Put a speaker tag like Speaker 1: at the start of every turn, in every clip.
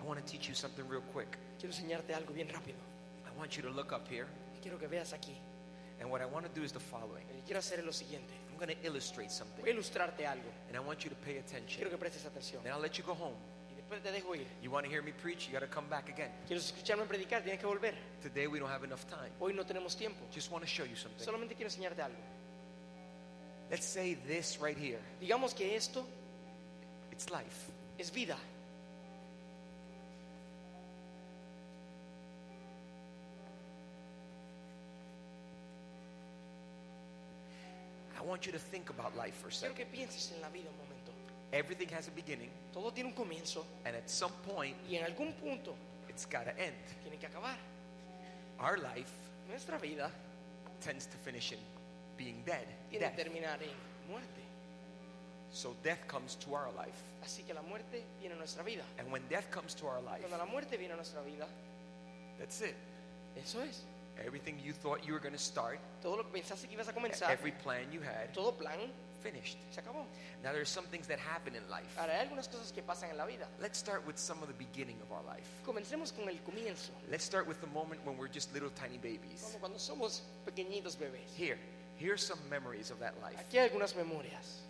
Speaker 1: I want to teach you something real quick.
Speaker 2: Quiero enseñarte algo bien rápido.
Speaker 1: I want you to look up here,
Speaker 2: Quiero que veas aquí.
Speaker 1: and what I want to do is the following.
Speaker 2: Lo que quiero hacer es lo siguiente.
Speaker 1: I'm going to illustrate
Speaker 2: Voy a
Speaker 1: something,
Speaker 2: ilustrarte algo.
Speaker 1: and I want you to pay attention.
Speaker 2: Quiero que prestes atención.
Speaker 1: Then I'll let you go home.
Speaker 2: Y después te dejo ir.
Speaker 1: You want to hear me preach? You got to come back again.
Speaker 2: Quieres escucharme predicar, tienes que volver.
Speaker 1: Today we don't have enough time.
Speaker 2: Hoy no tenemos tiempo.
Speaker 1: Just want to show you something.
Speaker 2: Solamente quiero enseñarte algo.
Speaker 1: Let's say this right here.
Speaker 2: Digamos que esto
Speaker 1: It's life.
Speaker 2: es vida.
Speaker 1: I want you to think about life for a second.
Speaker 2: Quiero que pienses en la vida un momento.
Speaker 1: Everything has a beginning,
Speaker 2: Todo tiene un comienzo
Speaker 1: and at some point,
Speaker 2: y en algún punto
Speaker 1: it's got to end.
Speaker 2: tiene que acabar.
Speaker 1: Our life
Speaker 2: Nuestra vida
Speaker 1: tends to finish in being dead.
Speaker 2: tiene que
Speaker 1: Death.
Speaker 2: terminar en muerte.
Speaker 1: So death comes to our life.
Speaker 2: Así que la muerte viene a nuestra vida.
Speaker 1: And when death comes to our life,
Speaker 2: Cuando la muerte viene a nuestra vida,
Speaker 1: that's it.
Speaker 2: eso es.
Speaker 1: Everything you thought you were going to start,
Speaker 2: Todo lo que pensaste que ibas a comenzar,
Speaker 1: every plan you had,
Speaker 2: todo plan,
Speaker 1: finished.
Speaker 2: se acabó.
Speaker 1: Now there's some things that happen in life.
Speaker 2: Ahora, hay algunas cosas que pasan en la vida.
Speaker 1: Let's start with some of the beginning of our life.
Speaker 2: Comencemos con el comienzo.
Speaker 1: Let's start with the moment when we're just little tiny babies.
Speaker 2: Como cuando somos pequeñitos bebés.
Speaker 1: Here, here's some memories of that life.
Speaker 2: Aquí hay algunas memorias.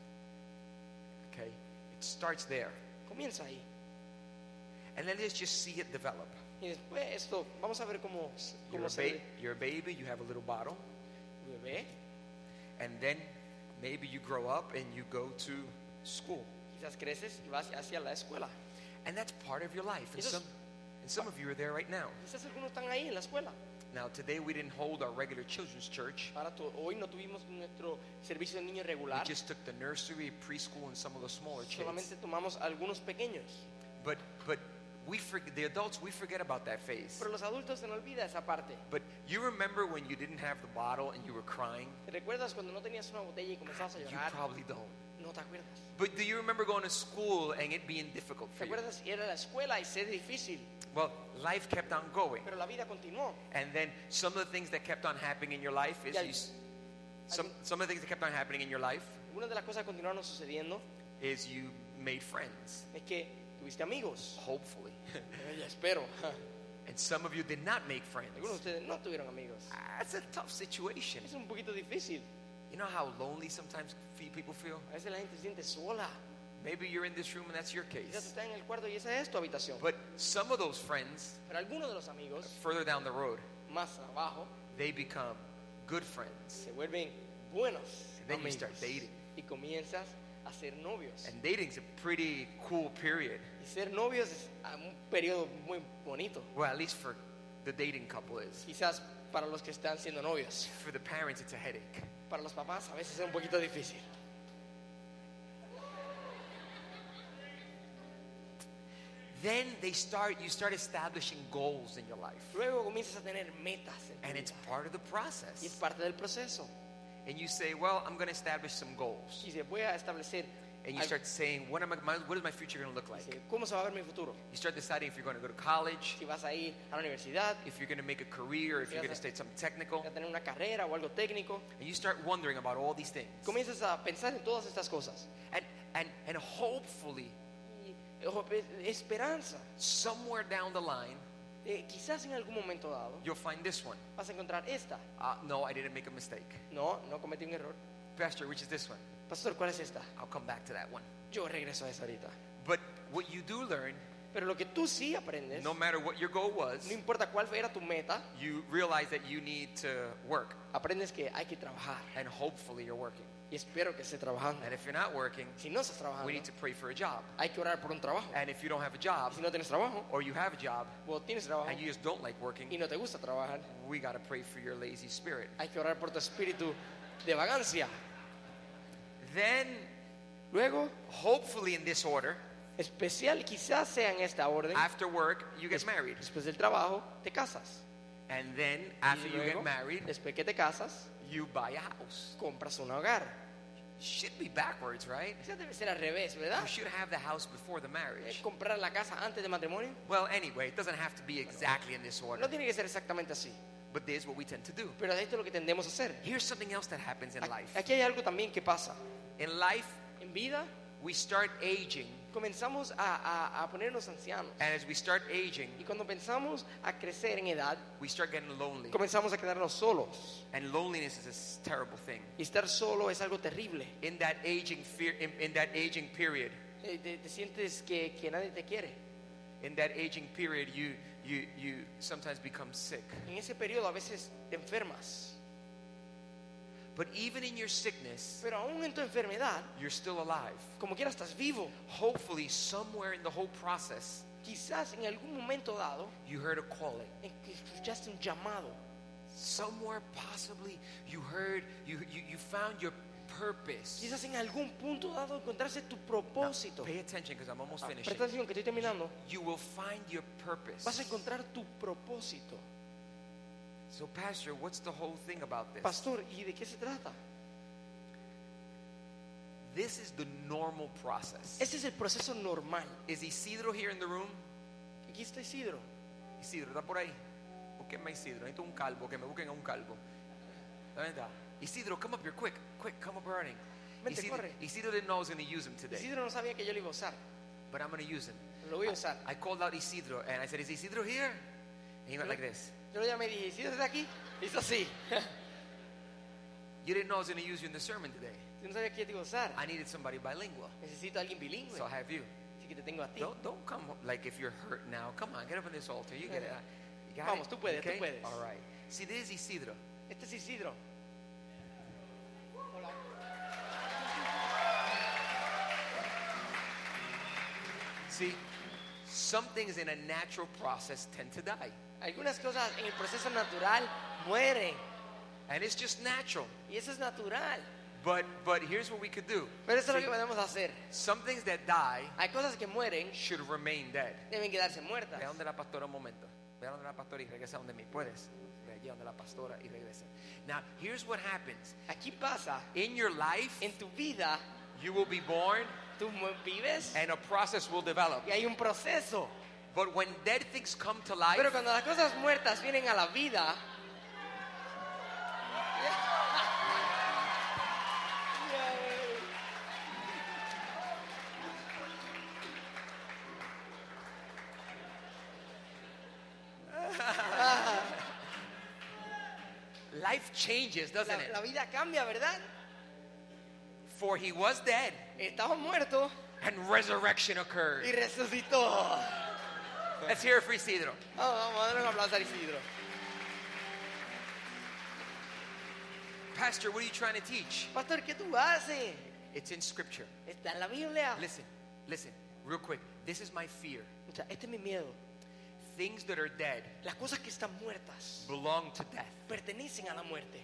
Speaker 1: Okay? It starts there.
Speaker 2: Comienza ahí.
Speaker 1: And then let's just see it develop.
Speaker 2: Y después esto, vamos a ver cómo,
Speaker 1: You're
Speaker 2: cómo
Speaker 1: a,
Speaker 2: se
Speaker 1: ba-
Speaker 2: ve.
Speaker 1: you're a baby, you have a little bottle,
Speaker 2: bebé.
Speaker 1: and then maybe you grow up and you go to school.
Speaker 2: Quizás creces y vas hacia la escuela.
Speaker 1: And that's part of your life. And
Speaker 2: Eso es-
Speaker 1: some, and some of you are there right now.
Speaker 2: Quizás algunos están ahí en la escuela.
Speaker 1: Now, today we didn't hold our regular children's church.
Speaker 2: Ahora tu- hoy no tuvimos nuestro servicio de niño
Speaker 1: We
Speaker 2: regular.
Speaker 1: just took the nursery, preschool, and some of the smaller kids.
Speaker 2: Solamente tomamos algunos pequeños.
Speaker 1: But, but we forg the adults, we forget about that phase.
Speaker 2: Pero los adultos se nos olvida esa parte.
Speaker 1: But you remember when you didn't have the bottle and you were crying?
Speaker 2: ¿Te recuerdas cuando no tenías una botella y comenzabas a
Speaker 1: You
Speaker 2: llorar?
Speaker 1: probably don't.
Speaker 2: No te acuerdas.
Speaker 1: But do you remember going to school and it being difficult
Speaker 2: ¿Te
Speaker 1: for you?
Speaker 2: acuerdas? Era la escuela y ser difícil,
Speaker 1: Well, life kept on going.
Speaker 2: pero la vida continuó.
Speaker 1: And then some of the things that kept on happening in your life is
Speaker 2: Yeah.
Speaker 1: you, s- some, some of the things that kept on happening in your life
Speaker 2: Una de las cosas que continuaron sucediendo
Speaker 1: is you made friends,
Speaker 2: es que tuviste amigos.
Speaker 1: hopefully.
Speaker 2: Eh, ya espero.
Speaker 1: and some of you did not make friends.
Speaker 2: Algunos de ustedes no tuvieron amigos.
Speaker 1: That's a tough situation.
Speaker 2: Es un poquito difícil.
Speaker 1: You know how lonely sometimes fe- people feel?
Speaker 2: A veces la gente se siente sola.
Speaker 1: Maybe you're in this room and that's your
Speaker 2: Quizás tú
Speaker 1: case.
Speaker 2: estás en el cuarto y esa es tu habitación.
Speaker 1: But some of those friends
Speaker 2: Pero algunos de los amigos
Speaker 1: further down the road,
Speaker 2: más abajo
Speaker 1: they become good friends.
Speaker 2: se vuelven buenos
Speaker 1: And then you
Speaker 2: amigos.
Speaker 1: start dating.
Speaker 2: Y comienzas a ser novios.
Speaker 1: And dating's a pretty cool period.
Speaker 2: Y ser novios es ah, un periodo muy bonito.
Speaker 1: Well, at least for the dating couple is.
Speaker 2: Quizás para los que están siendo novios.
Speaker 1: For the parents, it's a headache.
Speaker 2: Para los papás a veces es un poquito difícil.
Speaker 1: Then they start, you start establishing goals in your life.
Speaker 2: Luego comienzas a tener metas. en tu
Speaker 1: And it's
Speaker 2: vida.
Speaker 1: part of the
Speaker 2: Y es
Speaker 1: process.
Speaker 2: parte del proceso.
Speaker 1: And you say, well, I'm going to establish some goals.
Speaker 2: Y se voy a establecer
Speaker 1: And you
Speaker 2: al-
Speaker 1: start saying, what, am I, my, what is my future going to look like?
Speaker 2: dice, cómo se va a ver mi futuro.
Speaker 1: You start deciding if you're going to go to college,
Speaker 2: Si vas a ir a la universidad,
Speaker 1: if you're going to make a career, if you're going to study something technical.
Speaker 2: a tener una carrera o algo técnico.
Speaker 1: And you start wondering about all these things.
Speaker 2: Comienzas a pensar en todas estas cosas.
Speaker 1: And, and, and hopefully,
Speaker 2: Y, ojo, es- esperanza.
Speaker 1: somewhere down the line,
Speaker 2: Eh, quizás en algún momento dado
Speaker 1: you'll find this one.
Speaker 2: vas a encontrar esta.
Speaker 1: Uh, no, I didn't make a mistake.
Speaker 2: No, no cometí un error.
Speaker 1: Pastor, which is this one?
Speaker 2: Pastor, ¿cuál es esta?
Speaker 1: I'll come back to that one.
Speaker 2: Yo regreso a esa ahorita.
Speaker 1: But what you do learn,
Speaker 2: Pero lo que tú sí aprendes,
Speaker 1: no
Speaker 2: no
Speaker 1: matter what your goal was,
Speaker 2: importa cuál era tu meta,
Speaker 1: you realize that you need to work.
Speaker 2: aprendes que hay que trabajar.
Speaker 1: And hopefully, you're working.
Speaker 2: Y espero que esté trabajando.
Speaker 1: And if you're not working,
Speaker 2: Si no estás trabajando,
Speaker 1: we need to pray for a job.
Speaker 2: hay que orar por un trabajo.
Speaker 1: And if you don't have a job,
Speaker 2: Y si no tienes trabajo,
Speaker 1: or you have a job
Speaker 2: o tienes trabajo
Speaker 1: and you just don't like
Speaker 2: y
Speaker 1: working,
Speaker 2: no te gusta trabajar,
Speaker 1: we got to pray for your lazy spirit.
Speaker 2: hay que orar por tu espíritu de vagancia.
Speaker 1: Then,
Speaker 2: Luego,
Speaker 1: hopefully, in this order,
Speaker 2: especial quizás sea en esta orden,
Speaker 1: after work, you get
Speaker 2: des-
Speaker 1: married.
Speaker 2: después del trabajo, te casas.
Speaker 1: And then, after
Speaker 2: Y
Speaker 1: you
Speaker 2: luego,
Speaker 1: get married,
Speaker 2: después que te casas,
Speaker 1: you buy a house.
Speaker 2: compras un hogar.
Speaker 1: Should be backwards, right?
Speaker 2: Quizás debe ser al revés, ¿verdad?
Speaker 1: You should have the house before the
Speaker 2: Eh,
Speaker 1: marriage.
Speaker 2: Comprar la casa antes de matrimonio.
Speaker 1: Well, anyway, it doesn't have to be exactly in this order,
Speaker 2: No tiene que ser exactamente así,
Speaker 1: but this is what we tend to do.
Speaker 2: pero esto es lo que tendemos a hacer.
Speaker 1: Here's something else that happens in
Speaker 2: Aquí-
Speaker 1: life.
Speaker 2: Aquí hay algo también que pasa.
Speaker 1: In life,
Speaker 2: En vida
Speaker 1: we start aging
Speaker 2: comenzamos a, a- a ponernos ancianos.
Speaker 1: And as we start aging,
Speaker 2: Y cuando pensamos a crecer en edad,
Speaker 1: we start getting lonely.
Speaker 2: comenzamos a quedarnos solos.
Speaker 1: And loneliness is a s- terrible thing.
Speaker 2: Y estar solo es algo terrible.
Speaker 1: In that aging fear, in, in that aging period,
Speaker 2: Eh, Te, te sientes que, que nadie te quiere.
Speaker 1: in that aging period, you you you sometimes become sick.
Speaker 2: En ese periodo a veces te enfermas.
Speaker 1: But even in your sickness,
Speaker 2: Pero aún en tu enfermedad,
Speaker 1: you're still alive.
Speaker 2: como quiera estás vivo.
Speaker 1: Hopefully, somewhere in the whole process,
Speaker 2: Quizás en algún momento dado
Speaker 1: you heard a calling.
Speaker 2: en que escuchaste un llamado.
Speaker 1: Somewhere, possibly, you heard you you, you found your purpose.
Speaker 2: Quizás en algún punto dado encontraste tu
Speaker 1: Now,
Speaker 2: propósito.
Speaker 1: pay attention because I'm almost
Speaker 2: Ah,
Speaker 1: finished.
Speaker 2: Presta atención que estoy terminando.
Speaker 1: You will find your purpose.
Speaker 2: Vas a encontrar tu propósito.
Speaker 1: So, Pastor, what's the whole thing about this?
Speaker 2: Pastor, ¿y de qué se trata?
Speaker 1: This is the normal process.
Speaker 2: Ese es el proceso normal.
Speaker 1: Is Isidro here in the room?
Speaker 2: Aquí está Isidro.
Speaker 1: Isidro, ¿está por ahí? Búsquenme a Isidro. Necesito un calvo, que me busquen a un calvo. ¿Dónde está? Isidro, come up here, quick, quick, come up running.
Speaker 2: Vente,
Speaker 1: Isidro,
Speaker 2: corre.
Speaker 1: Isidro didn't know I was going to use him today,
Speaker 2: Isidro no sabía que yo lo iba a usar.
Speaker 1: but I'm going to use him.
Speaker 2: Lo voy a usar.
Speaker 1: I called out Isidro and I said, Is Isidro here? And he went like this.
Speaker 2: Yo lo llamé y dije, ¿Isidro está aquí? Hizo así.
Speaker 1: You didn't know I was going to use you in the sermon today.
Speaker 2: Yo no sabía que yo te iba a usar.
Speaker 1: I needed somebody bilingual,
Speaker 2: Necesito a alguien bilingüe.
Speaker 1: so I have you.
Speaker 2: Así que te tengo a ti.
Speaker 1: Don't, don't come like if you're hurt now. Come on, get up on this altar. You get it. You got
Speaker 2: Vamos,
Speaker 1: it?
Speaker 2: tú puedes, tú
Speaker 1: Okay?
Speaker 2: puedes.
Speaker 1: All right. See, this is Isidro.
Speaker 2: Este es Isidro.
Speaker 1: See, some things in a natural process tend to die,
Speaker 2: Algunas cosas en el proceso natural mueren.
Speaker 1: and it's just natural.
Speaker 2: Y eso es natural.
Speaker 1: But but here's what we could do.
Speaker 2: Pero eso es
Speaker 1: See,
Speaker 2: lo que podemos hacer.
Speaker 1: Some things that die
Speaker 2: Hay cosas que mueren,
Speaker 1: should remain dead.
Speaker 2: deben quedarse muertas.
Speaker 1: Ve a donde la pastora un momento. Ve a donde la pastora y regresa donde mí. Puedes. Ve allí donde la pastora y regresa. Now, here's what happens.
Speaker 2: Aquí pasa.
Speaker 1: In your life,
Speaker 2: En tu vida,
Speaker 1: you will be born,
Speaker 2: tú mu- vives
Speaker 1: and a process will develop.
Speaker 2: y hay un proceso.
Speaker 1: But when dead things come to life,
Speaker 2: Pero cuando las cosas muertas vienen a la vida,
Speaker 1: life changes, doesn't
Speaker 2: la,
Speaker 1: it?
Speaker 2: la vida cambia, ¿verdad?
Speaker 1: For he was dead,
Speaker 2: Estaba muerto
Speaker 1: and resurrection
Speaker 2: y
Speaker 1: occurred.
Speaker 2: resucitó. Vamos,
Speaker 1: Let's hear it for Isidro.
Speaker 2: vamos a darle un aplauso a Isidro.
Speaker 1: Pastor, what are you trying to teach?
Speaker 2: Pastor, ¿qué tú haces?
Speaker 1: It's in scripture.
Speaker 2: Está en la Biblia.
Speaker 1: Listen, listen, real quick. This is my fear.
Speaker 2: Escucha, Este es mi miedo.
Speaker 1: Things that are dead
Speaker 2: Las cosas que están muertas
Speaker 1: belong to death.
Speaker 2: pertenecen a la muerte.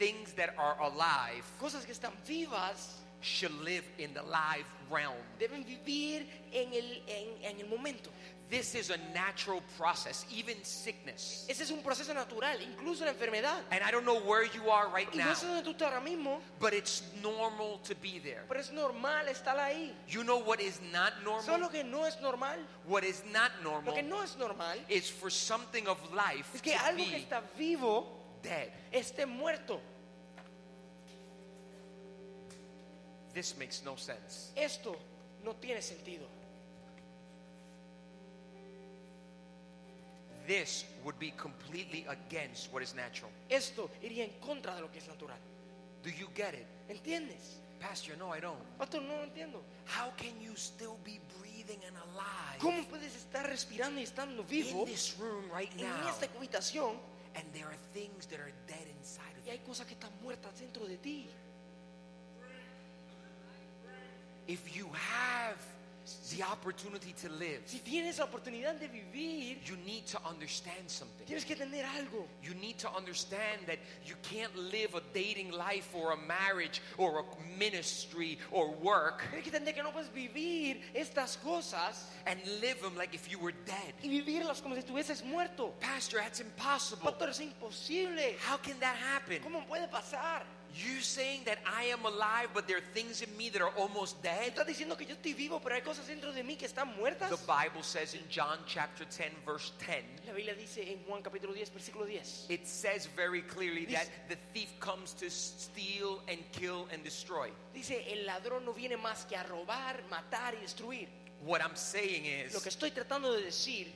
Speaker 1: Things that are alive
Speaker 2: Cosas que están vivas
Speaker 1: should live in the live realm.
Speaker 2: deben vivir en el, en, en el momento.
Speaker 1: This is a natural process, even sickness.
Speaker 2: Ese es un proceso natural, incluso la enfermedad.
Speaker 1: And I don't know where you are right
Speaker 2: Y
Speaker 1: now,
Speaker 2: no sé dónde tú estás ahora mismo,
Speaker 1: but it's normal to be there.
Speaker 2: pero es normal estar ahí.
Speaker 1: You know what is not normal?
Speaker 2: Solo que no es normal.
Speaker 1: What is not
Speaker 2: Lo
Speaker 1: normal
Speaker 2: que no es normal
Speaker 1: is for something of life
Speaker 2: es que
Speaker 1: to
Speaker 2: algo que
Speaker 1: be
Speaker 2: está vivo
Speaker 1: dead.
Speaker 2: esté muerto.
Speaker 1: This makes no sense.
Speaker 2: Esto no tiene sentido.
Speaker 1: This would be completely against what is natural.
Speaker 2: Esto iría en contra de lo que es natural.
Speaker 1: Do you get it?
Speaker 2: ¿Entiendes?
Speaker 1: Pastor, no, I don't.
Speaker 2: Pastor, no lo entiendo.
Speaker 1: How can you still be breathing and alive
Speaker 2: ¿Cómo puedes estar respirando y estando
Speaker 1: in
Speaker 2: vivo
Speaker 1: this room right
Speaker 2: en
Speaker 1: now?
Speaker 2: esta habitación
Speaker 1: And there are things that are dead inside of
Speaker 2: y
Speaker 1: you.
Speaker 2: hay cosas que están muertas dentro de ti?
Speaker 1: If you have the opportunity to live,
Speaker 2: Si tienes la oportunidad de vivir,
Speaker 1: you need to understand something.
Speaker 2: tienes que tener algo.
Speaker 1: You need to understand that you can't live a dating life or a marriage or a ministry or work
Speaker 2: Tienes que entender que no puedes vivir estas cosas
Speaker 1: and live them like if you were dead.
Speaker 2: y vivirlas como si estuvieses muerto.
Speaker 1: Pastor, that's impossible.
Speaker 2: Pastor, es imposible.
Speaker 1: How can that happen?
Speaker 2: ¿Cómo puede pasar?
Speaker 1: You saying that I am alive, but there are things in me that are almost dead?
Speaker 2: Estás diciendo que yo estoy vivo, pero hay cosas dentro de mí que están muertas.
Speaker 1: The Bible says in John chapter 10, verse 10,
Speaker 2: La Biblia dice en Juan capítulo 10, versículo 10.
Speaker 1: it says very clearly that
Speaker 2: Dice-
Speaker 1: the thief comes to steal and kill and destroy.
Speaker 2: Dice, el ladrón no viene más que a robar, matar y destruir.
Speaker 1: What I'm saying
Speaker 2: Lo que
Speaker 1: is
Speaker 2: estoy tratando de decir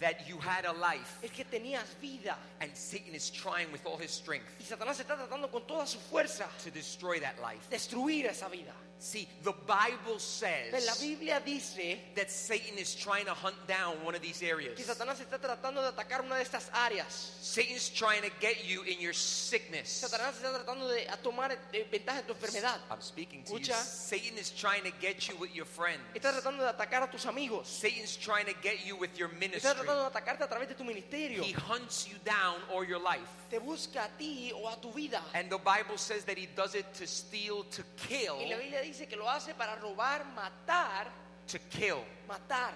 Speaker 1: that you had a life
Speaker 2: es que tenías vida
Speaker 1: and Satan is trying with all his strength
Speaker 2: y Satanás está tratando con toda su fuerza
Speaker 1: to destroy that life.
Speaker 2: destruir esa vida.
Speaker 1: See, the Bible
Speaker 2: Pero la
Speaker 1: says
Speaker 2: Biblia dice
Speaker 1: that Satan is trying to hunt down one of these
Speaker 2: que
Speaker 1: areas.
Speaker 2: Satanás está tratando de atacar una de estas áreas.
Speaker 1: Satan's trying to get you in your sickness.
Speaker 2: Satanás está tratando de a tomar eh, ventaja de tu enfermedad.
Speaker 1: I'm speaking to you.
Speaker 2: Escucha.
Speaker 1: Satan is trying to get you with your friends.
Speaker 2: Está tratando de atacar a tus amigos.
Speaker 1: Satan's trying to get you with your
Speaker 2: Está
Speaker 1: ministry.
Speaker 2: tratando de atacarte a través de tu ministerio.
Speaker 1: He hunts you down or your life.
Speaker 2: Te busca a ti o a tu vida.
Speaker 1: And the Bible says that he does it to steal, to kill,
Speaker 2: Y la Biblia dice que lo hace para robar, matar,
Speaker 1: to kill.
Speaker 2: matar.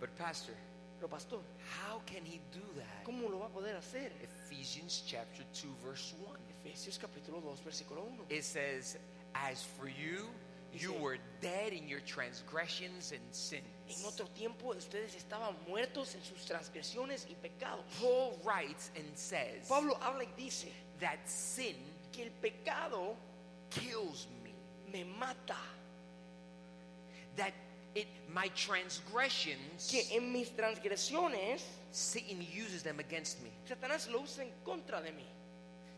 Speaker 1: But pastor,
Speaker 2: Pero pastor,
Speaker 1: how can he do that?
Speaker 2: ¿cómo lo va a poder hacer?
Speaker 1: Ephesians chapter 2 verse 1.
Speaker 2: Efesios capítulo 2, versículo 1.
Speaker 1: It says, "As for you, you were dead in your transgressions and
Speaker 2: En
Speaker 1: sins."
Speaker 2: otro tiempo ustedes estaban muertos en sus transgresiones y pecados.
Speaker 1: Paul writes and says
Speaker 2: Pablo habla y dice
Speaker 1: that sin
Speaker 2: que el pecado
Speaker 1: kills me.
Speaker 2: me mata,
Speaker 1: that it my transgressions
Speaker 2: que en mis transgresiones
Speaker 1: Satan uses them against me.
Speaker 2: Satanás lo usa en contra de mí.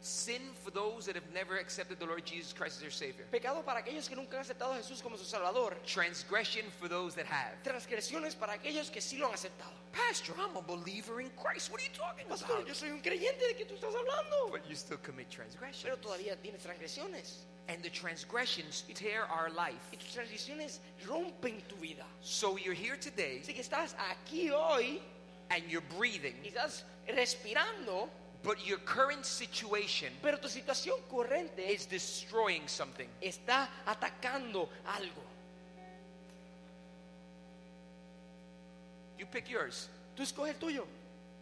Speaker 1: Sin for those that have never accepted the Lord Jesus Christ as their Savior.
Speaker 2: Pecado para aquellos que nunca han aceptado a Jesús como su Salvador.
Speaker 1: Transgression for those that have.
Speaker 2: Transgresiones para aquellos que sí lo han aceptado.
Speaker 1: Pastor, I'm a believer in Christ. What are you talking
Speaker 2: Pastor,
Speaker 1: about?
Speaker 2: yo soy un creyente de que tú estás hablando.
Speaker 1: But you still commit transgression.
Speaker 2: Pero todavía tienes transgresiones.
Speaker 1: And the transgressions tear our life.
Speaker 2: Y tus transgresiones rompen tu vida.
Speaker 1: So you're here today
Speaker 2: Así que estás aquí hoy,
Speaker 1: and you're breathing,
Speaker 2: y estás respirando,
Speaker 1: but your current situation
Speaker 2: pero tu situación corriente
Speaker 1: is destroying something.
Speaker 2: está atacando algo.
Speaker 1: You pick yours.
Speaker 2: Tú escoges el tuyo.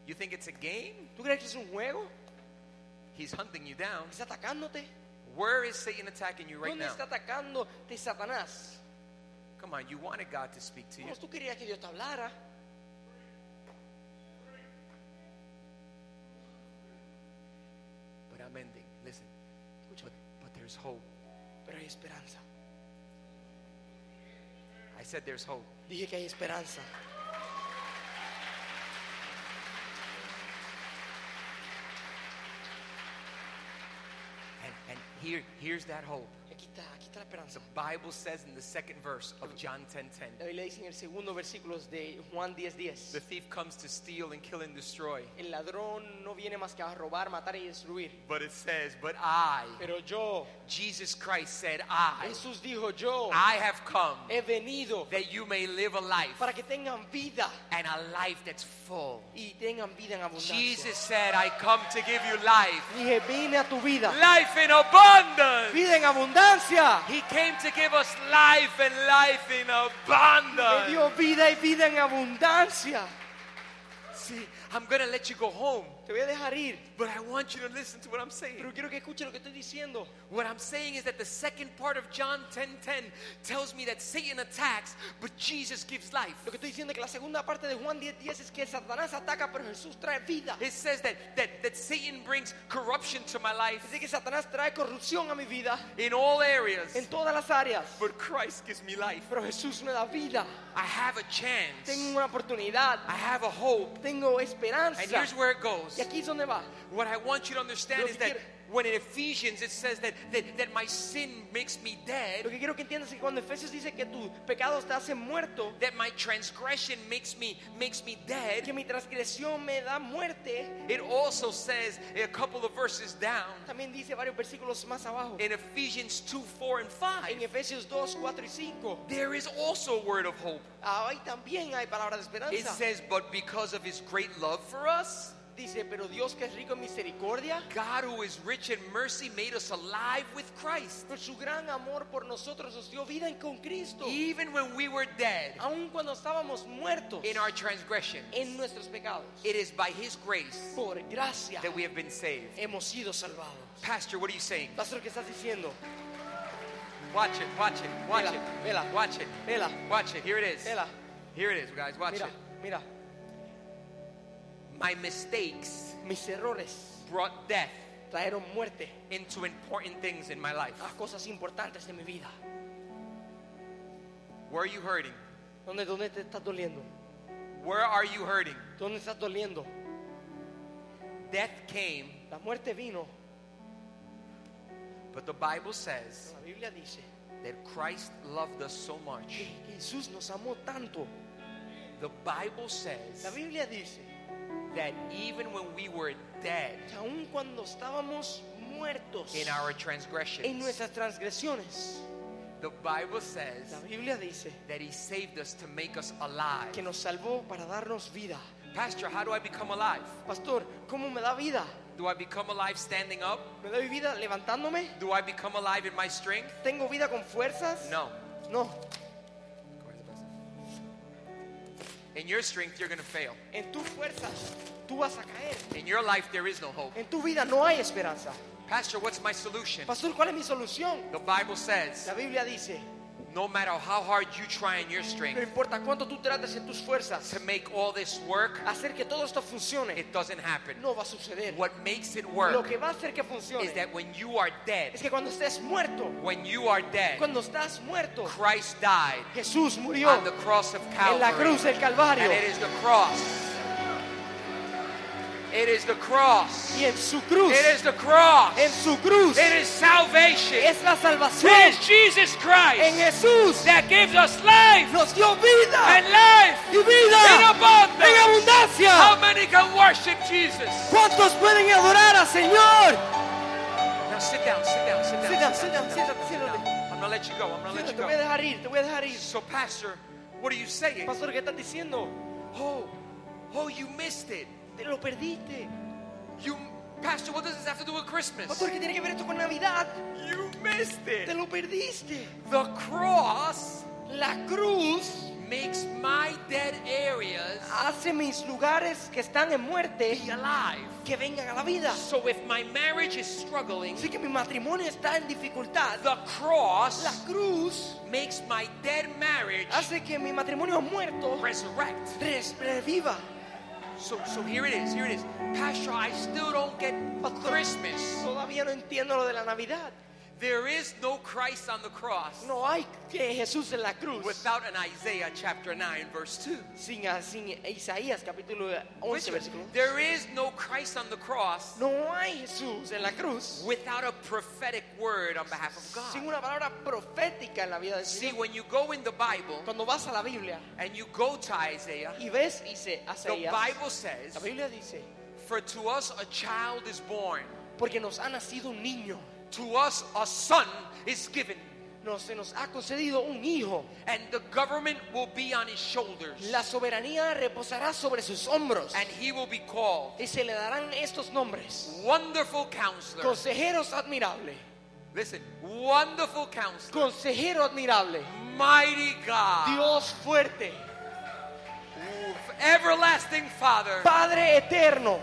Speaker 1: You think it's a game?
Speaker 2: ¿Tú crees que es un juego?
Speaker 1: He's hunting you down.
Speaker 2: ¿Está atacándote?
Speaker 1: Where is Satan attacking you right
Speaker 2: ¿Dónde
Speaker 1: now?
Speaker 2: está atacando de Satanás?
Speaker 1: Come on, you wanted God to speak to you.
Speaker 2: Vamos, tú querías que Dios te hablara.
Speaker 1: But I'm ending. Listen.
Speaker 2: Escucha,
Speaker 1: But, but there's hope.
Speaker 2: pero hay esperanza.
Speaker 1: I said there's hope.
Speaker 2: Dije que hay esperanza.
Speaker 1: And, and here, here's that hope.
Speaker 2: Aquí está, aquí está la
Speaker 1: The
Speaker 2: esperanza.
Speaker 1: Bible says in the second verse of John 10:10,
Speaker 2: La Biblia dice en el segundo versículo de Juan 10:10.
Speaker 1: the thief comes to steal and kill and destroy.
Speaker 2: El ladrón no viene más que a robar, matar y destruir.
Speaker 1: But it says, but I,
Speaker 2: Pero yo,
Speaker 1: Jesus Christ said, I,
Speaker 2: Jesús dijo, yo
Speaker 1: I have come
Speaker 2: he venido
Speaker 1: that you may live a life
Speaker 2: para que tengan vida
Speaker 1: and a life that's full.
Speaker 2: y tengan vida en abundancia.
Speaker 1: Jesus said, I come to give you life,
Speaker 2: Dije, vine a tu vida,
Speaker 1: life in abundance.
Speaker 2: vida en abundancia.
Speaker 1: He came to give us life and life in
Speaker 2: Me
Speaker 1: abundance.
Speaker 2: dio vida y vida en abundancia.
Speaker 1: See, I'm going to let you go home,
Speaker 2: Te voy a dejar ir,
Speaker 1: but I want you to listen to what I'm saying.
Speaker 2: pero quiero que escuche lo que estoy diciendo.
Speaker 1: What I'm saying is that the second part of John 10:10 tells me that Satan attacks, but Jesus gives life.
Speaker 2: Lo que estoy diciendo es que la segunda parte de Juan 10:10 es que Satanás ataca, pero Jesús trae vida.
Speaker 1: It says that that that Satan brings corruption to my life
Speaker 2: Dice que Satanás trae corrupción a mi vida
Speaker 1: in all areas,
Speaker 2: en todas las áreas.
Speaker 1: but Christ gives me life.
Speaker 2: Pero Jesús me da vida.
Speaker 1: I have a chance.
Speaker 2: Tengo una oportunidad.
Speaker 1: I have a hope.
Speaker 2: Tengo
Speaker 1: And
Speaker 2: esperanza.
Speaker 1: here's where it goes.
Speaker 2: Y aquí es donde va.
Speaker 1: What I want you to understand
Speaker 2: Lo
Speaker 1: is
Speaker 2: que
Speaker 1: that when in Ephesians it says that, that, that my sin makes me
Speaker 2: Lo
Speaker 1: dead,
Speaker 2: que quiero que entiendas es que cuando Efesios dice que tu pecado te hace muerto,
Speaker 1: that my transgression makes me makes me
Speaker 2: que
Speaker 1: dead,
Speaker 2: mi transgresión me da muerte,
Speaker 1: it also says a couple of verses down
Speaker 2: también dice varios versículos más abajo.
Speaker 1: in Ephesians 2, 4, and 5,
Speaker 2: En Efesios 2, 4 y 5,
Speaker 1: there is also a word of hope.
Speaker 2: ahí Ah, también hay palabras de
Speaker 1: It
Speaker 2: esperanza.
Speaker 1: says, But because of his great love for us,
Speaker 2: Dice, pero Dios que es rico en misericordia,
Speaker 1: God, who is rich in mercy, made us alive with Christ.
Speaker 2: por pues su gran amor por nosotros nos dio vida en con Cristo.
Speaker 1: Even when we were dead
Speaker 2: aun cuando estábamos muertos
Speaker 1: in our transgression,
Speaker 2: en nuestros pecados,
Speaker 1: it is by His grace
Speaker 2: por gracia
Speaker 1: that we have been saved.
Speaker 2: hemos sido salvados.
Speaker 1: Pastor, what are you saying?
Speaker 2: Pastor, ¿qué estás diciendo?
Speaker 1: Watch it, watch it, watch
Speaker 2: Mira,
Speaker 1: it,
Speaker 2: mira.
Speaker 1: watch it,
Speaker 2: Mira,
Speaker 1: watch it. Here it is.
Speaker 2: mira,
Speaker 1: Here it is, guys. Watch
Speaker 2: mira,
Speaker 1: it.
Speaker 2: mira,
Speaker 1: My mistakes
Speaker 2: mis errores
Speaker 1: brought death
Speaker 2: trajeron muerte
Speaker 1: into important things in my life.
Speaker 2: a cosas importantes de mi vida.
Speaker 1: Where are you hurting?
Speaker 2: ¿Dónde, dónde te estás doliendo?
Speaker 1: Where are you hurting?
Speaker 2: ¿Dónde estás doliendo?
Speaker 1: Death came,
Speaker 2: La muerte vino.
Speaker 1: but the Bible says
Speaker 2: La Biblia dice
Speaker 1: that Christ loved us so much.
Speaker 2: que Jesús nos amó tanto.
Speaker 1: The Bible
Speaker 2: La
Speaker 1: says
Speaker 2: Biblia dice
Speaker 1: that even when we were dead
Speaker 2: que aun cuando estábamos muertos
Speaker 1: in our
Speaker 2: en
Speaker 1: transgressions,
Speaker 2: nuestras transgresiones,
Speaker 1: the Bible says
Speaker 2: la Biblia dice
Speaker 1: that He saved us to make us alive.
Speaker 2: que nos salvó para darnos vida.
Speaker 1: Pastor, how do I become alive?
Speaker 2: Pastor, ¿cómo me da vida?
Speaker 1: Do I become alive standing up?
Speaker 2: ¿Me da vida levantándome?
Speaker 1: Do I become alive in my strength?
Speaker 2: ¿Tengo vida con fuerzas?
Speaker 1: No.
Speaker 2: No.
Speaker 1: In your strength, you're going to fail.
Speaker 2: En tus fuerzas tú vas a caer.
Speaker 1: In your life, there is no hope.
Speaker 2: En tu vida no hay esperanza.
Speaker 1: Pastor, what's my solution?
Speaker 2: Pastor, ¿cuál es mi solución?
Speaker 1: The Bible says
Speaker 2: La Biblia dice,
Speaker 1: no matter how hard you try in your
Speaker 2: no
Speaker 1: strength
Speaker 2: importa cuánto tú trates en tus fuerzas,
Speaker 1: to make all this work,
Speaker 2: hacer que todo esto funcione
Speaker 1: it doesn't happen.
Speaker 2: no va a suceder.
Speaker 1: What makes it
Speaker 2: Lo
Speaker 1: work
Speaker 2: que va a hacer que
Speaker 1: is
Speaker 2: funcione
Speaker 1: that when you are
Speaker 2: es
Speaker 1: dead,
Speaker 2: que cuando estés muerto,
Speaker 1: when you are dead,
Speaker 2: cuando estás muerto,
Speaker 1: Christ died
Speaker 2: Jesús murió
Speaker 1: on the cross of
Speaker 2: en la
Speaker 1: Calvary.
Speaker 2: cruz del Calvario
Speaker 1: And it is the cross. It is the cross.
Speaker 2: y en su cruz,
Speaker 1: It is the cross.
Speaker 2: en su cruz
Speaker 1: It is salvation.
Speaker 2: es la salvación.
Speaker 1: It is Jesus
Speaker 2: En
Speaker 1: Christ
Speaker 2: Jesús
Speaker 1: that gives us life
Speaker 2: nos dio vida
Speaker 1: and life
Speaker 2: y
Speaker 1: in
Speaker 2: vida en
Speaker 1: abundance. How
Speaker 2: abundancia.
Speaker 1: many can worship Jesus?
Speaker 2: ¿Cuántos pueden adorar al Señor?
Speaker 1: Now sit down, sit down, sit down.
Speaker 2: Sit down, sit down, siéntate,
Speaker 1: down.
Speaker 2: siéntate.
Speaker 1: I'm gonna let you go. I'm gonna let
Speaker 2: Señor,
Speaker 1: you
Speaker 2: te voy a
Speaker 1: go.
Speaker 2: dejar ir, te voy a dejar ir.
Speaker 1: So, Pastor, what are you saying?
Speaker 2: Pastor, ¿qué estás diciendo?
Speaker 1: Oh, oh, you missed it.
Speaker 2: Te lo perdiste.
Speaker 1: You, Pastor, what does this have to do with Christmas?
Speaker 2: Pastor, ¿qué tiene que ver esto con Navidad?
Speaker 1: You missed
Speaker 2: Te
Speaker 1: it.
Speaker 2: lo perdiste.
Speaker 1: The cross
Speaker 2: La cruz
Speaker 1: makes my dead areas
Speaker 2: hace mis lugares que están en muerte
Speaker 1: be alive.
Speaker 2: que vengan a la vida.
Speaker 1: So if my marriage is struggling,
Speaker 2: Así que mi matrimonio está en dificultad.
Speaker 1: the
Speaker 2: La
Speaker 1: cross
Speaker 2: cruz
Speaker 1: makes my dead marriage
Speaker 2: hace que mi matrimonio muerto
Speaker 1: resurrect.
Speaker 2: res- reviva.
Speaker 1: So, so here it is, here it is. Pastor, I still don't get Christmas.
Speaker 2: Todavía no entiendo lo de la Navidad.
Speaker 1: There is no Christ on the cross
Speaker 2: No hay que Jesús en la cruz.
Speaker 1: without an Isaiah chapter 9, verse 2.
Speaker 2: sin, ah, sin Isaías capítulo 11
Speaker 1: Listen,
Speaker 2: versículo 11.
Speaker 1: There is no Christ on the cross
Speaker 2: No hay Jesús en la cruz
Speaker 1: without a prophetic word on behalf of
Speaker 2: sin
Speaker 1: God.
Speaker 2: una palabra profética en la vida del
Speaker 1: See,
Speaker 2: Señor.
Speaker 1: when you go in the Bible
Speaker 2: Cuando vas a la Biblia
Speaker 1: and you go to Isaiah,
Speaker 2: y ves dice
Speaker 1: the
Speaker 2: Isaías,
Speaker 1: Bible
Speaker 2: la
Speaker 1: says,
Speaker 2: Biblia dice,
Speaker 1: For to us a child is born,
Speaker 2: porque nos ha nacido un niño,
Speaker 1: to us a son is given,
Speaker 2: nos, se nos ha concedido un hijo,
Speaker 1: and the government will be on his shoulders,
Speaker 2: la soberanía reposará sobre sus hombros
Speaker 1: and he will be called
Speaker 2: y se le darán estos nombres.
Speaker 1: Wonderful Counselor.
Speaker 2: Consejeros admirable,
Speaker 1: Listen, Wonderful Counselor,
Speaker 2: consejero admirable,
Speaker 1: Mighty God,
Speaker 2: Dios fuerte,
Speaker 1: Everlasting Father,
Speaker 2: Padre eterno,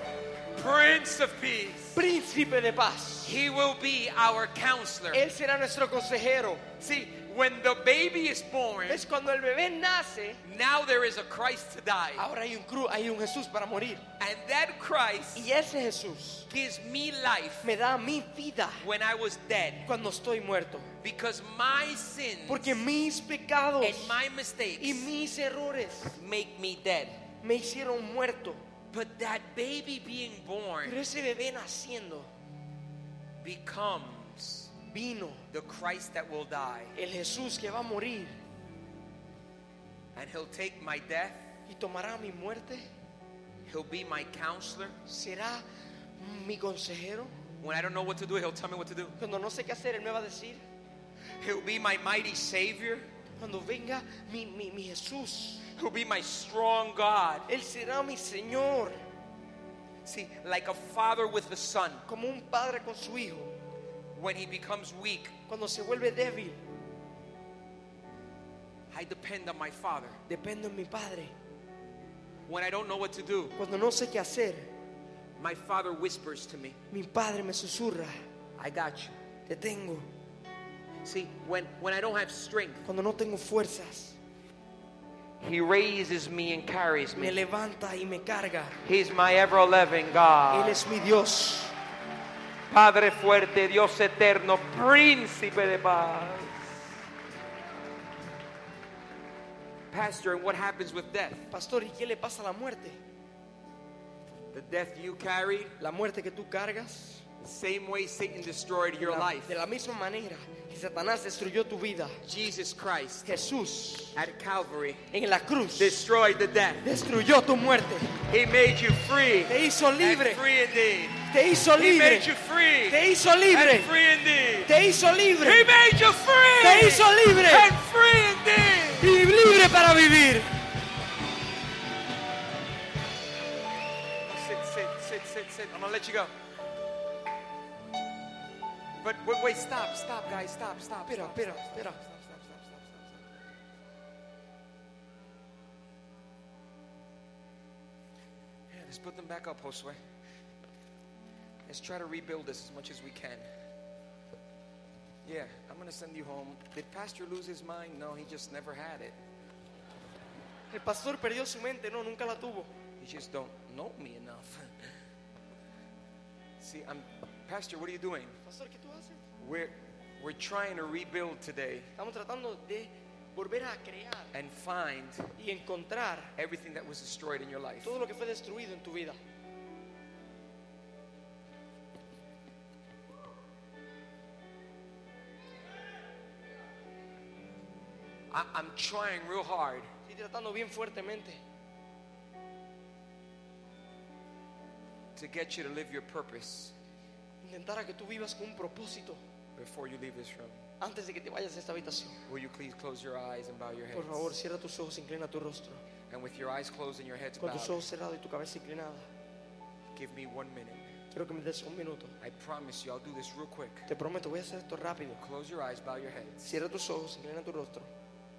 Speaker 1: Prince of Peace.
Speaker 2: príncipe de paz.
Speaker 1: He will be our counselor.
Speaker 2: Él será nuestro consejero.
Speaker 1: See, when the baby is born,
Speaker 2: Es cuando el bebé nace,
Speaker 1: now there is a Christ to die.
Speaker 2: ahora hay un cruz, hay un Jesús para morir.
Speaker 1: And that Christ
Speaker 2: Y ese Jesús
Speaker 1: gives me life
Speaker 2: me da mi vida
Speaker 1: when I was dead
Speaker 2: cuando estoy muerto.
Speaker 1: because my sins
Speaker 2: Porque mis pecados
Speaker 1: and my mistakes
Speaker 2: y mis errores
Speaker 1: make me dead.
Speaker 2: me hicieron muerto.
Speaker 1: But that baby being born
Speaker 2: Pero ese bebé naciendo
Speaker 1: becomes
Speaker 2: vino
Speaker 1: the Christ that will die.
Speaker 2: el Jesús que va a morir
Speaker 1: And he'll take my death,
Speaker 2: y tomará mi muerte.
Speaker 1: he'll be my counselor.
Speaker 2: Será mi consejero.
Speaker 1: When I don't know what to do, he'll tell me what to do.
Speaker 2: Cuando no sé qué hacer, Él me va a decir.
Speaker 1: He'll be my mighty Savior.
Speaker 2: Cuando venga mi, mi, mi Jesús,
Speaker 1: who'll be my strong God.
Speaker 2: Él será mi Señor.
Speaker 1: See, like a father with the son,
Speaker 2: como un padre con su hijo,
Speaker 1: when he becomes weak,
Speaker 2: cuando se vuelve débil,
Speaker 1: I depend on my father.
Speaker 2: dependo en mi padre.
Speaker 1: When I don't know what to do,
Speaker 2: Cuando no sé qué hacer,
Speaker 1: my father whispers to me,
Speaker 2: mi padre me susurra,
Speaker 1: I got you.
Speaker 2: te tengo.
Speaker 1: See, when, when I don't have strength,
Speaker 2: Cuando no tengo fuerzas,
Speaker 1: he raises me and carries
Speaker 2: me
Speaker 1: me.
Speaker 2: levanta y me carga.
Speaker 1: He's my ever loving
Speaker 2: Él
Speaker 1: God.
Speaker 2: es mi Dios,
Speaker 1: Padre fuerte, Dios eterno, príncipe de paz. Pastor, and what happens with death?
Speaker 2: pastor. ¿Y qué le pasa a la muerte?
Speaker 1: The death you carried,
Speaker 2: La muerte que tú cargas,
Speaker 1: same way Satan destroyed your
Speaker 2: la-
Speaker 1: life.
Speaker 2: de la misma manera que Satanás destruyó tu vida,
Speaker 1: Jesus Christ
Speaker 2: Jesús
Speaker 1: at Calvary
Speaker 2: en la cruz
Speaker 1: destroyed the death.
Speaker 2: destruyó tu muerte,
Speaker 1: He made you free.
Speaker 2: te hizo libre,
Speaker 1: And free indeed.
Speaker 2: te hizo
Speaker 1: He
Speaker 2: libre,
Speaker 1: made you free.
Speaker 2: te hizo
Speaker 1: And
Speaker 2: libre,
Speaker 1: free indeed.
Speaker 2: te hizo
Speaker 1: He
Speaker 2: libre
Speaker 1: made you free.
Speaker 2: Te hizo libre.
Speaker 1: And free indeed.
Speaker 2: y libre para vivir.
Speaker 1: Sit, sit, sit, sit, sit. I'm gonna let you go. But wait, wait, stop, stop, guys, stop, stop.
Speaker 2: Espera,
Speaker 1: stop,
Speaker 2: espera,
Speaker 1: stop, stop, stop,
Speaker 2: espera.
Speaker 1: stop, stop, stop, stop, stop. Yeah, Let's put them back up, Josue. Let's try to rebuild this as much as we can. Yeah, I'm gonna send you home. Did Pastor lose his mind? No, he just never had it.
Speaker 2: El pastor perdió su mente, no, nunca la tuvo.
Speaker 1: You just don't know me enough. See, I'm Pastor, what are you doing?
Speaker 2: Pastor, ¿qué tú haces?
Speaker 1: We're we're trying to rebuild today
Speaker 2: Estamos tratando de volver a crear
Speaker 1: and find
Speaker 2: y encontrar
Speaker 1: everything that was destroyed in your life.
Speaker 2: todo lo que fue destruido en tu vida.
Speaker 1: I, I'm trying real hard
Speaker 2: Estoy tratando bien fuertemente
Speaker 1: to get you to live your purpose
Speaker 2: intentar a que tú vivas con un propósito
Speaker 1: before you leave this room.
Speaker 2: antes de que te vayas de esta habitación.
Speaker 1: Will you please close your eyes and bow your
Speaker 2: Por favor,
Speaker 1: heads?
Speaker 2: cierra tus ojos, inclina tu rostro.
Speaker 1: And with your eyes closed and your heads
Speaker 2: Con tus
Speaker 1: bowed,
Speaker 2: ojos cerrados y tu cabeza inclinada.
Speaker 1: give me one minute.
Speaker 2: Quiero que me des un minuto.
Speaker 1: I promise you, I'll do this real quick.
Speaker 2: Te prometo, voy a hacer esto rápido.
Speaker 1: Close your eyes, bow your heads.
Speaker 2: Cierra tus ojos, inclina tu rostro.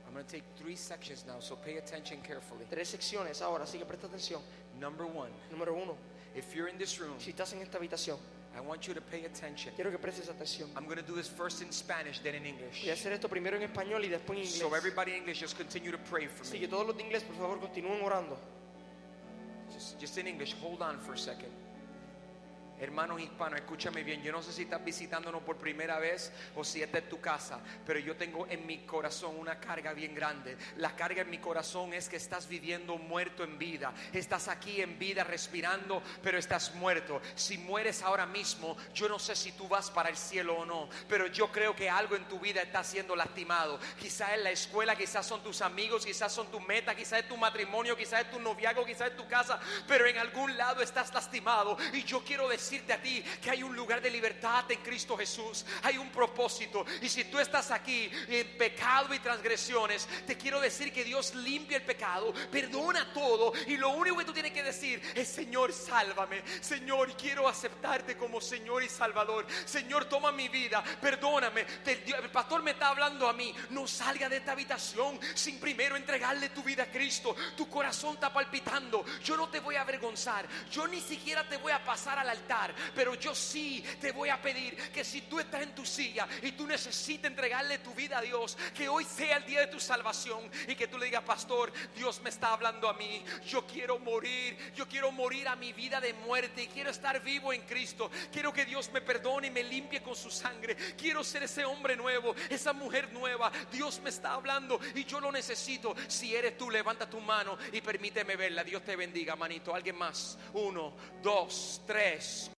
Speaker 1: I'm going to take three sections now, so pay attention carefully.
Speaker 2: Tres secciones ahora, así que presta atención.
Speaker 1: Number one,
Speaker 2: Número uno,
Speaker 1: if you're in this room,
Speaker 2: si estás en esta habitación,
Speaker 1: I want you to pay attention.
Speaker 2: quiero que prestes atención.
Speaker 1: I'm going to do this first in Spanish, then in English.
Speaker 2: Voy a hacer esto primero en español y después en
Speaker 1: So
Speaker 2: inglés.
Speaker 1: everybody in English, just continue to pray for
Speaker 2: Así que
Speaker 1: me.
Speaker 2: todos los de inglés, por favor, continúen orando.
Speaker 1: Just, just in English, hold on for a second. Hermanos hispanos, escúchame bien. Yo no sé si estás visitándonos por primera vez o si esta es tu casa, pero yo tengo en mi corazón una carga bien grande. La carga en mi corazón es que estás viviendo muerto en vida. Estás aquí en vida respirando, pero estás muerto. Si mueres ahora mismo, yo no sé si tú vas para el cielo o no, pero yo creo que algo en tu vida está siendo lastimado. Quizás es la escuela, quizás son tus amigos, quizás son tus metas, quizás es tu matrimonio, quizás es tu noviazgo, quizás es tu casa, pero en algún lado estás lastimado. Y yo quiero decirte a ti que hay un lugar de libertad en Cristo Jesús, hay un propósito. Y si tú estás aquí en pecado y transgresiones, te quiero decir que Dios limpia el pecado, perdona todo. Y lo único que tú tienes que decir es: Señor, sálvame. Señor, quiero aceptarte como Señor y Salvador. Señor, toma mi vida, perdóname. Te- Dios- El pastor me está hablando a mí. No salga de esta habitación sin primero entregarle tu vida a Cristo. Tu corazón está palpitando. Yo no te voy a avergonzar. Yo ni siquiera te voy a pasar al altar. Pero yo sí te voy a pedir que si tú estás en tu silla y tú necesitas entregarle tu vida a Dios, que hoy sea el día de tu salvación y que tú le digas, pastor, Dios me está hablando a mí. Yo quiero morir. Yo quiero morir a mi vida de muerte y quiero estar vivo en Cristo. Quiero que Dios me perdone y me limpie con su sangre. Quiero ser ese hombre nuevo, esa mujer nueva. Dios me está hablando y yo lo necesito. Si eres tú, levanta tu mano y permíteme verla. Dios te bendiga, manito. Alguien más. Uno, dos, tres,